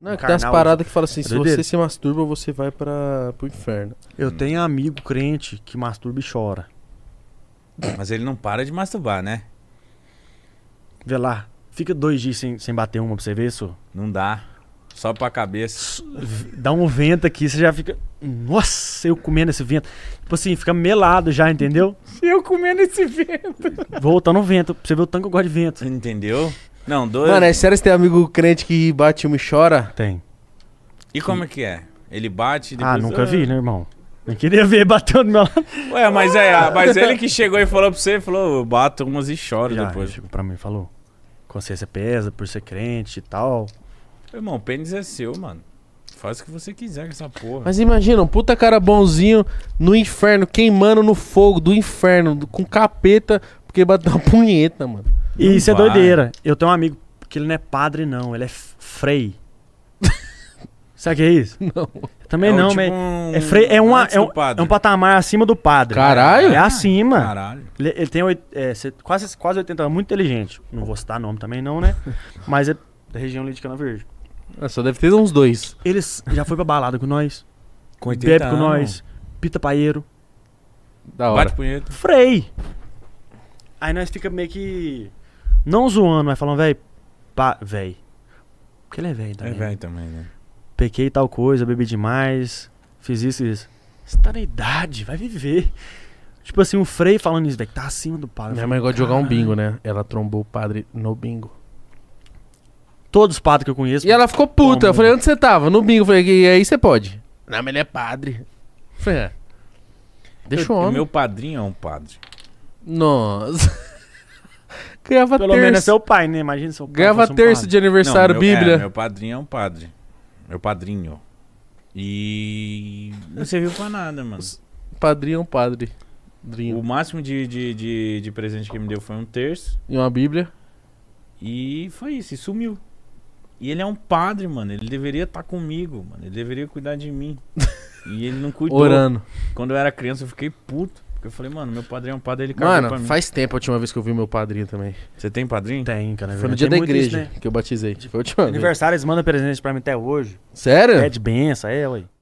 Não, é que tem Carnal, umas paradas que fala assim, se doideira. você se masturba, você vai pra, pro inferno. Eu tenho amigo crente que masturba e chora. Mas ele não para de masturbar, né? Vê lá, fica dois dias sem, sem bater uma pra você ver, isso. Não dá. Só pra cabeça. Dá um vento aqui, você já fica. Nossa, eu comendo esse vento. Tipo assim, fica melado já, entendeu? Eu comendo esse vento. Voltando o vento, pra você ver o tanto que eu gosto de vento. Entendeu? Não, dois. Mano, é sério você tem amigo crente que bate uma e chora? Tem. E como é que é? Ele bate e depois... é. Ah, é. nunca vi, né, irmão? Eu queria ver batendo no meu lado. Ué, mas é, ah, mas ele que chegou e falou pra você, falou, eu bato umas e choro Já, depois. ele chegou pra mim e falou: consciência pesa por ser crente e tal. Irmão, o pênis é seu, mano. Faz o que você quiser com essa porra. Mas imagina, um puta cara bonzinho no inferno, queimando no fogo do inferno, do- com capeta, porque bateu uma punheta, mano. E Não isso é vai. doideira. Eu tenho um amigo que ele não é padre, não, ele é f- frei. Sabe o que é isso? Não. Também É um não, tipo mas. um- É, frei, é, uma, antes é, do um, padre. é um patamar acima do padre. Caralho! É acima. Caralho. Ele, ele tem oit- é, cê- quase, quase 80 anos, muito inteligente. Não vou citar nome também, não, né? Mas é da região ali de Cana Verde. Ah, Só deve ter uns dois. Ele s- já foi pra balada com nós, Com 80 bebe com anos. nós, pita paieiro. Da hora. Bate punheta. Frei. Aí nós fica meio que. Não zoando, mas falando, véi. Pá, véi. Porque ele é véi É também. velho também, né? Pequei tal coisa, bebi demais, fiz isso e isso. Você tá na idade, vai viver. Tipo assim, um Frei falando isso, velho, que tá acima do padre. Minha Eu mãe falei, gosta de jogar um "Caralho." bingo, né? Ela trombou o padre no bingo. Todos os padres que eu conheço. E ela ficou puta. Eu Como? falei, onde você tava? No bingo. Eu falei, e aí você pode? Não, mas ele é padre. Eu falei, é. Deixa o Eu- homem. Meu padrinho é um padre. Nossa. Ganhava Pelo terço. menos é seu pai, né? Imagina seu pai. Ganhava fosse um terço padre. de aniversário, Não, meu- Bíblia. É, meu padrinho é um padre. Meu padrinho. E não serviu pra nada, mano. Padrinho é um padre. O Drinho. máximo de, de, de, de presente que me deu foi um terço. E uma Bíblia. E foi isso, e sumiu. E ele é um padre, mano. Ele deveria estar comigo, mano. Ele deveria cuidar de mim. e ele não cuidou. Orando. Quando eu era criança, eu fiquei puto. Porque eu falei, mano, meu padrinho é um padre, ele cagou pra Mano, mim. faz tempo a última vez que eu vi meu padrinho também. Você tem padrinho? Tem, cara. Foi no velho. dia da É Tem muito isso, igreja né? que eu batizei. Foi a última vez. Aniversário, eles mandam presente pra mim até hoje. Sério? Pede benção, é, ué.